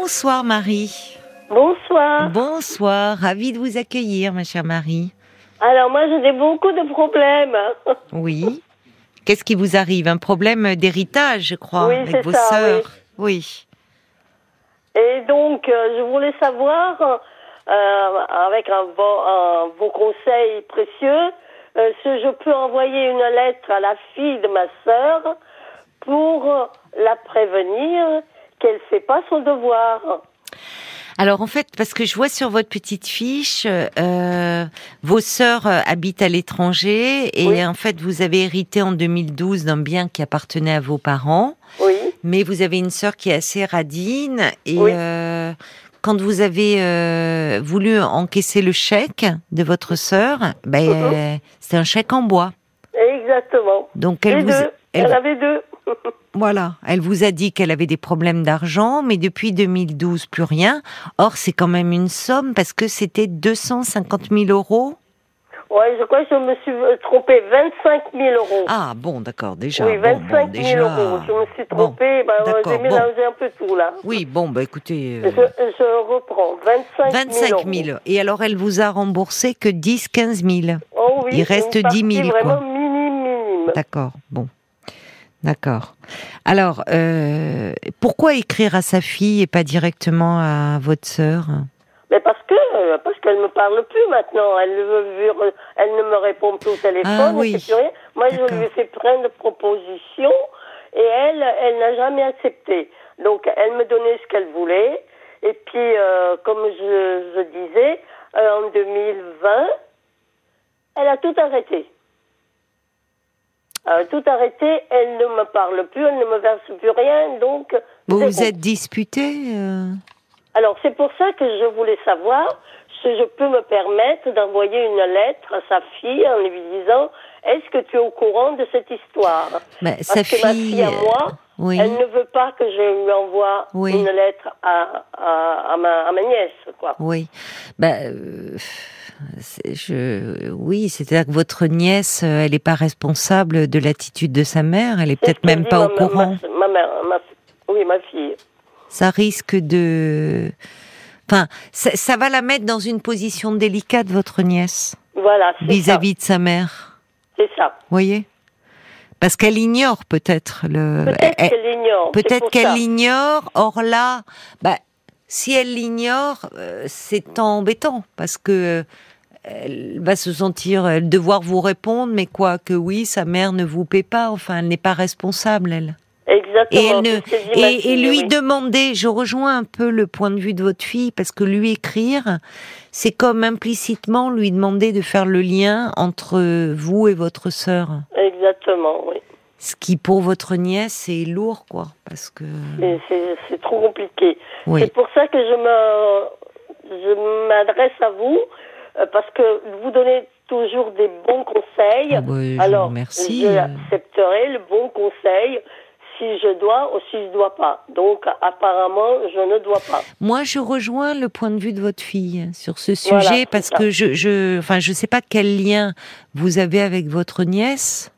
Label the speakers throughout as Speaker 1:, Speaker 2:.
Speaker 1: Bonsoir Marie.
Speaker 2: Bonsoir.
Speaker 1: Bonsoir, ravie de vous accueillir ma chère Marie.
Speaker 2: Alors moi j'ai beaucoup de problèmes.
Speaker 1: Oui. Qu'est-ce qui vous arrive Un problème d'héritage, je crois,
Speaker 2: Oui,
Speaker 1: avec
Speaker 2: c'est
Speaker 1: vos
Speaker 2: ça,
Speaker 1: sœurs. Oui.
Speaker 2: Et donc euh, je voulais savoir, euh, avec un, vo- un- vos conseils précieux, euh, si je peux envoyer une lettre à la fille de ma sœur pour euh, la prévenir qu'elle ne fait pas son devoir.
Speaker 1: Alors en fait, parce que je vois sur votre petite fiche, euh, vos sœurs euh, habitent à l'étranger et
Speaker 2: Oui.
Speaker 1: en fait vous avez hérité en 2012 d'un bien qui appartenait à vos parents.
Speaker 2: Oui.
Speaker 1: Mais vous avez une sœur qui est assez radine et
Speaker 2: Oui.
Speaker 1: euh, quand vous avez euh, voulu encaisser le chèque de votre sœur, ben
Speaker 2: Mhm.
Speaker 1: euh, c'est un chèque en bois.
Speaker 2: Exactement.
Speaker 1: Donc
Speaker 2: Les
Speaker 1: elle vous
Speaker 2: deux.
Speaker 1: elle-
Speaker 2: Mhm. Elle... avait deux.
Speaker 1: voilà, elle vous a dit qu'elle avait des problèmes d'argent, mais depuis 2012 plus rien. Or c'est quand même une somme parce que c'était 250 000 euros.
Speaker 2: Ouais, je crois que je me suis euh, trompée. 25 000 euros.
Speaker 1: Ah bon, d'accord, déjà.
Speaker 2: oui,
Speaker 1: Bon, bon,
Speaker 2: 25 000
Speaker 1: déjà.
Speaker 2: euros. Je me suis
Speaker 1: Bon,
Speaker 2: trompée. bah, euh,
Speaker 1: d'accord,
Speaker 2: j'ai
Speaker 1: bon.
Speaker 2: mélangé un peu tout là.
Speaker 1: Oui, bon, bah écoutez.
Speaker 2: Je,
Speaker 1: euh,
Speaker 2: je reprends. 25 000.
Speaker 1: 25
Speaker 2: euros.
Speaker 1: 000. Et alors, elle vous a remboursé que 10, 15 000.
Speaker 2: Oh oui,
Speaker 1: Il reste
Speaker 2: une
Speaker 1: 10 000,
Speaker 2: partie
Speaker 1: quoi.
Speaker 2: vraiment minime, minime.
Speaker 1: D'accord, bon. D'accord. Alors, euh, pourquoi écrire à sa fille et pas directement à votre sœur
Speaker 2: Mais parce que euh, parce qu'elle me parle plus maintenant. Elle ne, veut- elle ne me répond plus au téléphone.
Speaker 1: Ah
Speaker 2: elle
Speaker 1: oui.
Speaker 2: fait plus rien. Moi, je
Speaker 1: D'accord.
Speaker 2: lui ai fait plein de propositions et elle, elle n'a jamais accepté. Donc, elle me donnait ce qu'elle voulait. Et puis, euh, comme je, je disais, euh, en 2020, elle a tout arrêté. Elle a tout arrêté. Elle ne me parle plus. Elle ne me verse plus rien. Donc,
Speaker 1: Vous
Speaker 2: zéro.
Speaker 1: vous êtes disputé euh
Speaker 2: Alors, c'est pour ça que je voulais savoir si je peux me permettre d'envoyer une lettre à sa fille en lui disant Est-ce que tu es au courant de cette histoire
Speaker 1: Bah,
Speaker 2: Parce
Speaker 1: Sa
Speaker 2: que ma fille
Speaker 1: fille. euh,
Speaker 2: à moi,
Speaker 1: Oui.
Speaker 2: elle ne veut pas que je lui envoie
Speaker 1: Oui.
Speaker 2: une lettre à, à, à ma, à ma nièce, quoi.
Speaker 1: Oui. Bah, euh, c'est- je, oui, c'est-à-dire que votre nièce, euh, elle n'est pas responsable de l'attitude de sa mère, elle est
Speaker 2: C'est ce
Speaker 1: peut-être
Speaker 2: que
Speaker 1: même
Speaker 2: dit
Speaker 1: pas au
Speaker 2: ma- ma-
Speaker 1: courant.
Speaker 2: Ma, mère, ma- oui, ma fille.
Speaker 1: ça risque de. Enfin, ça, ça va la mettre dans une position délicate, votre nièce,
Speaker 2: Voilà, c'est ça.
Speaker 1: vis-à-vis de sa mère.
Speaker 2: C'est ça.
Speaker 1: Voyez Parce qu'elle ignore peut-être le.
Speaker 2: Peut-être
Speaker 1: Euh, elle-
Speaker 2: qu'elle l'ignore. c'est
Speaker 1: peut-être
Speaker 2: pour
Speaker 1: qu'elle
Speaker 2: ça.
Speaker 1: l'ignore. Or là, bah, si elle l'ignore, euh, c'est embêtant parce que. euh, Elle va se sentir euh, devoir vous répondre, mais quoi que oui, sa mère ne vous paie pas. Enfin, elle n'est pas responsable, elle.
Speaker 2: Exactement.
Speaker 1: Et, elle ne-
Speaker 2: c'est ce que dit ma
Speaker 1: et, et
Speaker 2: fille,
Speaker 1: lui
Speaker 2: oui.
Speaker 1: demander, je rejoins un peu le point de vue de votre fille, parce que lui écrire, c'est comme implicitement lui demander de faire le lien entre vous et votre sœur.
Speaker 2: Exactement, oui.
Speaker 1: Ce qui, pour votre nièce, est lourd, quoi. Parce que.
Speaker 2: C'est- c'est- C'est trop compliqué.
Speaker 1: Oui.
Speaker 2: C'est pour ça que je me je m'adresse à vous euh, parce que vous donnez toujours des bons conseils.
Speaker 1: Ah bah, je vous
Speaker 2: Alors,
Speaker 1: remercie. euh,
Speaker 2: j'accepterai le bon conseil si je dois ou si je dois pas. Donc, apparemment, je ne dois pas.
Speaker 1: Moi, je rejoins le point de vue de votre fille sur ce sujet,
Speaker 2: Voilà, c'est
Speaker 1: parce
Speaker 2: ça.
Speaker 1: que je, je, enfin, je sais pas quel lien vous avez avec votre nièce,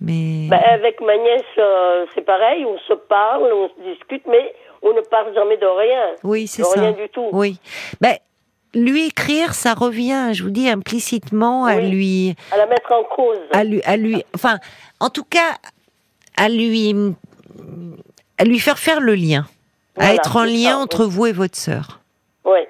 Speaker 1: mais.
Speaker 2: Ben, avec ma nièce, euh, c'est pareil. On se parle, on se discute, mais on ne parle jamais de rien,
Speaker 1: oui, c'est
Speaker 2: de
Speaker 1: ça.
Speaker 2: rien du tout.
Speaker 1: Oui. Ben, lui écrire, ça revient, je vous dis, implicitement à
Speaker 2: Oui.
Speaker 1: lui,
Speaker 2: À la mettre en cause.
Speaker 1: à lui, à lui, enfin, en tout cas, à lui, à lui faire faire le lien, à
Speaker 2: Voilà,
Speaker 1: être en
Speaker 2: c'est
Speaker 1: lien
Speaker 2: ça,
Speaker 1: entre vous et votre sœur.
Speaker 2: Ouais. Ouais.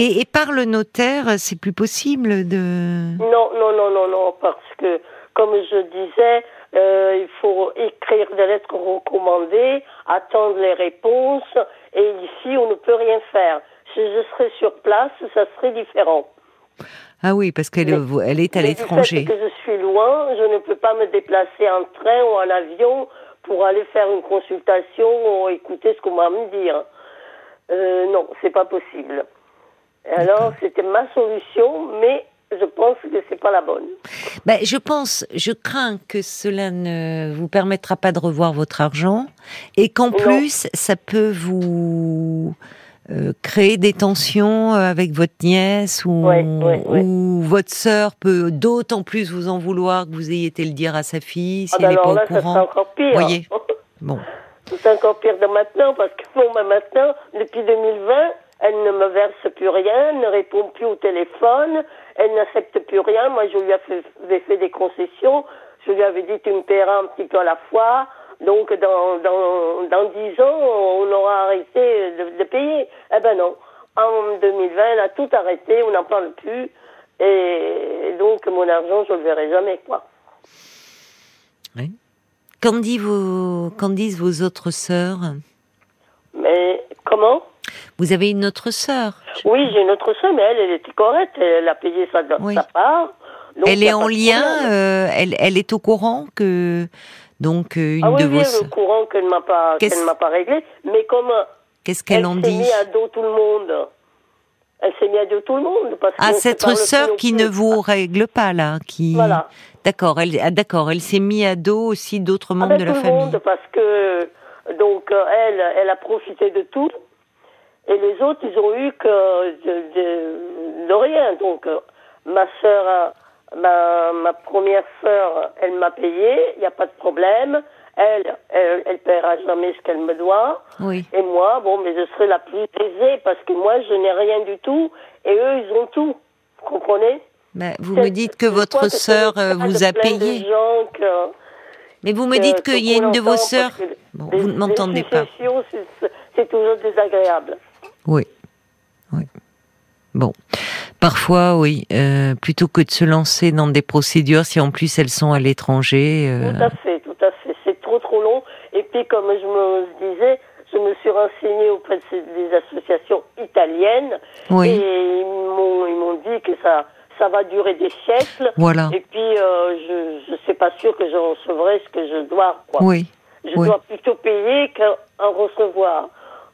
Speaker 1: Et, et par le notaire, c'est plus possible de.
Speaker 2: Non, non, non, non, non, parce que, comme je disais, euh, il faut écrire des lettres recommandées, attendre les réponses, et ici, on ne peut rien faire. Si je serais sur place, ça serait différent.
Speaker 1: Ah oui, parce qu'elle
Speaker 2: Mais-
Speaker 1: est- elle est à
Speaker 2: Mais
Speaker 1: l'étranger.
Speaker 2: Du fait que je suis loin, je ne peux pas me déplacer en train ou en avion pour aller faire une consultation ou écouter ce qu'on va me dire. Euh, non, c'est pas possible. Alors, c'était ma solution, mais je pense que c'est pas la bonne.
Speaker 1: Ben, je pense, je crains que cela ne vous permettra pas de revoir votre argent et qu'en
Speaker 2: Non.
Speaker 1: plus, ça peut vous euh, créer des tensions euh, avec votre nièce ou,
Speaker 2: Ouais, ouais, ouais.
Speaker 1: ou votre sœur peut d'autant plus vous en vouloir que vous ayez été le dire à sa fille si
Speaker 2: Ah bah
Speaker 1: elle n'est pas
Speaker 2: alors là,
Speaker 1: au
Speaker 2: ça serait
Speaker 1: courant.
Speaker 2: encore pire.
Speaker 1: Voyez. Bon,
Speaker 2: C'est encore pire de maintenant parce que bon, ben, maintenant, depuis 2020, elle ne me verse plus rien, elle ne répond plus au téléphone, elle n'accepte plus rien. Moi, je lui avais fait des concessions. Je lui avais dit, tu me paieras un petit peu à la fois. Donc, dans, dans, dans 10 ans, on aura arrêté de, de payer. Eh ben non. En 2020, elle a tout arrêté, on n'en parle plus. Et, et donc, mon argent, je le verrai jamais, quoi.
Speaker 1: Oui. Qu'en dit vos- qu'en disent vos autres sœurs
Speaker 2: Mais comment
Speaker 1: Vous avez une autre sœur
Speaker 2: Oui, j'ai une autre soeur, mais elle, elle était correcte. Elle a payé sa,
Speaker 1: Oui.
Speaker 2: sa part. Donc,
Speaker 1: Elle
Speaker 2: y a
Speaker 1: est
Speaker 2: pas
Speaker 1: en
Speaker 2: de
Speaker 1: lien,
Speaker 2: problème.
Speaker 1: euh, elle, elle est au courant que donc euh, une
Speaker 2: Ah oui,
Speaker 1: de
Speaker 2: oui,
Speaker 1: vos
Speaker 2: elle est au
Speaker 1: sœurs.
Speaker 2: courant qu'elle ne m'a pas,
Speaker 1: Qu'est-ce-
Speaker 2: qu'elle ne m'a pas réglé. Mais comme
Speaker 1: Qu'est-ce qu'elle en
Speaker 2: s'est
Speaker 1: dit
Speaker 2: mise à dos tout le monde, elle s'est mise à dos tout le monde. Parce
Speaker 1: à
Speaker 2: qu'on se
Speaker 1: Ah, cette
Speaker 2: parle plus
Speaker 1: sœur
Speaker 2: non
Speaker 1: qui
Speaker 2: plus.
Speaker 1: ne vous règle pas là, qui
Speaker 2: Voilà.
Speaker 1: d'accord, elle ah, d'accord, elle s'est mis à dos aussi d'autres membres
Speaker 2: Avec
Speaker 1: de la
Speaker 2: Ah, ben, tout le
Speaker 1: famille.
Speaker 2: monde, parce que donc euh, elle, elle a profité de tout, et les autres, ils ont eu que de, de- de rien. Donc euh, ma sœur, euh, ma, ma première sœur, elle m'a payé, il n'y a pas de problème. Elle, elle, elle paiera jamais ce qu'elle me doit.
Speaker 1: Oui.
Speaker 2: Et moi, bon, mais je serai la plus aisée parce que moi, je n'ai rien du tout, et eux, ils ont tout. Vous comprenez
Speaker 1: Bah, vous me dites que votre sœur euh, vous a payé, mais vous me dites qu'il y a une de vos sœurs. Bon, vous ne m'entendez pas.
Speaker 2: C'est toujours désagréable.
Speaker 1: Oui. Oui. Bon. Parfois, oui. euh, plutôt que de se lancer dans des procédures, si en plus elles sont à l'étranger. euh,
Speaker 2: Tout à fait, tout à fait. C'est trop trop long. Et puis, comme je me disais, je me suis renseignée auprès de ces- des associations italiennes.
Speaker 1: Oui.
Speaker 2: Et ils m'ont ils m'ont dit que ça, ça va durer des siècles.
Speaker 1: Voilà.
Speaker 2: Et puis, euh, je ne suis pas sûre que je recevrai ce que je dois. Quoi.
Speaker 1: Oui.
Speaker 2: Je
Speaker 1: oui.
Speaker 2: dois plutôt payer qu'en en recevoir.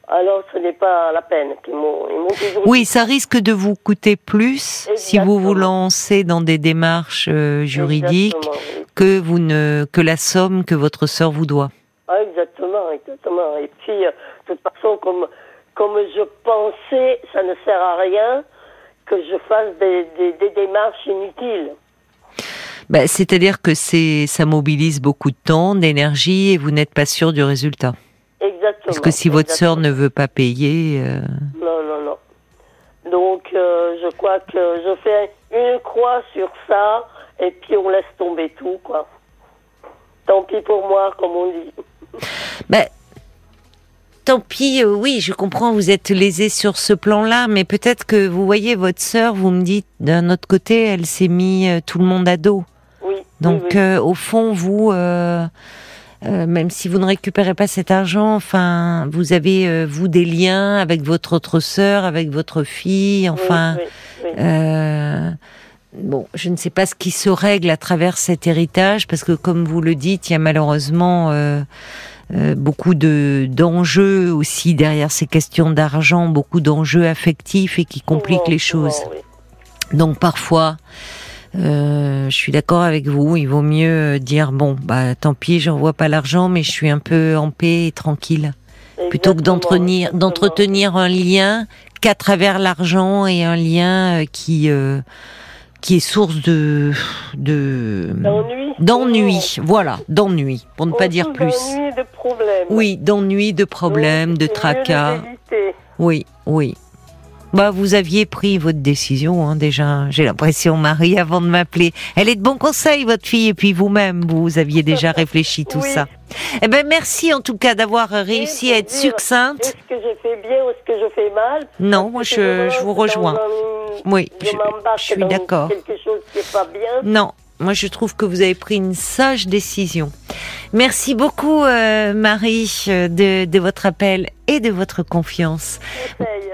Speaker 2: Alors, ce n'est pas la peine. Ils m'ont ils m'ont toujours
Speaker 1: Oui, ça risque de vous coûter plus si vous vous
Speaker 2: Exactement.
Speaker 1: lancez dans des démarches euh, juridiques
Speaker 2: Exactement, oui.
Speaker 1: que vous ne que la somme que votre sœur vous doit.
Speaker 2: Ah, exactement, exactement. Et puis, euh, de toute façon, comme, comme je pensais, ça ne sert à rien que je fasse des, des, des démarches inutiles.
Speaker 1: Bah, c'est-à-dire que c'est ça mobilise beaucoup de temps, d'énergie et vous n'êtes pas sûr du résultat.
Speaker 2: Exactement.
Speaker 1: Parce que si votre sœur ne veut pas payer, euh,
Speaker 2: Non, non, non. Donc, euh, je crois que je fais une croix sur ça, et puis on laisse tomber tout, quoi. Tant pis pour moi, comme on dit.
Speaker 1: Ben, tant pis, euh, oui, je comprends, vous êtes lésé sur ce plan-là, mais peut-être que vous voyez votre sœur, vous me dites, d'un autre côté, elle s'est mis euh, tout le monde à dos.
Speaker 2: Oui. oui,
Speaker 1: Donc,
Speaker 2: oui.
Speaker 1: euh, au fond, vous, euh, euh, même si vous ne récupérez pas cet argent, enfin, vous avez, euh, vous, des liens avec votre autre sœur, avec votre fille,
Speaker 2: Oui,
Speaker 1: euh, enfin...
Speaker 2: oui, oui.
Speaker 1: Euh, bon, je ne sais pas ce qui se règle à travers cet héritage, parce que comme vous le dites, il y a malheureusement euh, euh, beaucoup de d'enjeux aussi derrière ces questions d'argent, beaucoup d'enjeux affectifs et qui compliquent les
Speaker 2: Souvent,
Speaker 1: choses.
Speaker 2: souvent, oui.
Speaker 1: Donc parfois. euh, je suis d'accord avec vous. Il vaut mieux dire bon, bah tant pis, j'envoie pas l'argent, mais je suis un peu en paix et tranquille, plutôt que
Speaker 2: Exactement,
Speaker 1: d'entretenir
Speaker 2: exactement.
Speaker 1: d'entretenir un lien qu'à travers l'argent et un lien euh, qui euh, qui est source de de
Speaker 2: D'ennui.
Speaker 1: d'ennui. Voilà, d'ennui, pour ne
Speaker 2: On
Speaker 1: pas dire
Speaker 2: trouve
Speaker 1: plus.
Speaker 2: d'ennui et de problèmes.
Speaker 1: Oui, d'ennui, de
Speaker 2: Donc,
Speaker 1: problèmes, de
Speaker 2: c'est mieux
Speaker 1: tracas.
Speaker 2: les éviter.
Speaker 1: Oui, oui. Bah, vous aviez pris votre décision hein, déjà. J'ai l'impression, Marie, avant de m'appeler. Elle est de bon conseil, votre fille, et puis vous-même, vous aviez déjà réfléchi tout
Speaker 2: Oui.
Speaker 1: ça. Eh ben, merci en tout cas d'avoir réussi
Speaker 2: pour
Speaker 1: à être
Speaker 2: dire,
Speaker 1: succincte.
Speaker 2: Est-ce que je fais bien ou est-ce que je fais mal
Speaker 1: Non,
Speaker 2: Parce
Speaker 1: moi,
Speaker 2: que
Speaker 1: je-
Speaker 2: me
Speaker 1: je vous
Speaker 2: lance
Speaker 1: rejoins.
Speaker 2: dans un-
Speaker 1: Oui,
Speaker 2: je,
Speaker 1: je-
Speaker 2: m'embarque
Speaker 1: je suis
Speaker 2: dans
Speaker 1: d'accord.
Speaker 2: Quelque chose qui est pas bien.
Speaker 1: Non, moi je trouve que vous avez pris une sage décision. Merci beaucoup, euh, Marie, euh, de, de votre appel et de votre confiance.
Speaker 2: Conseil.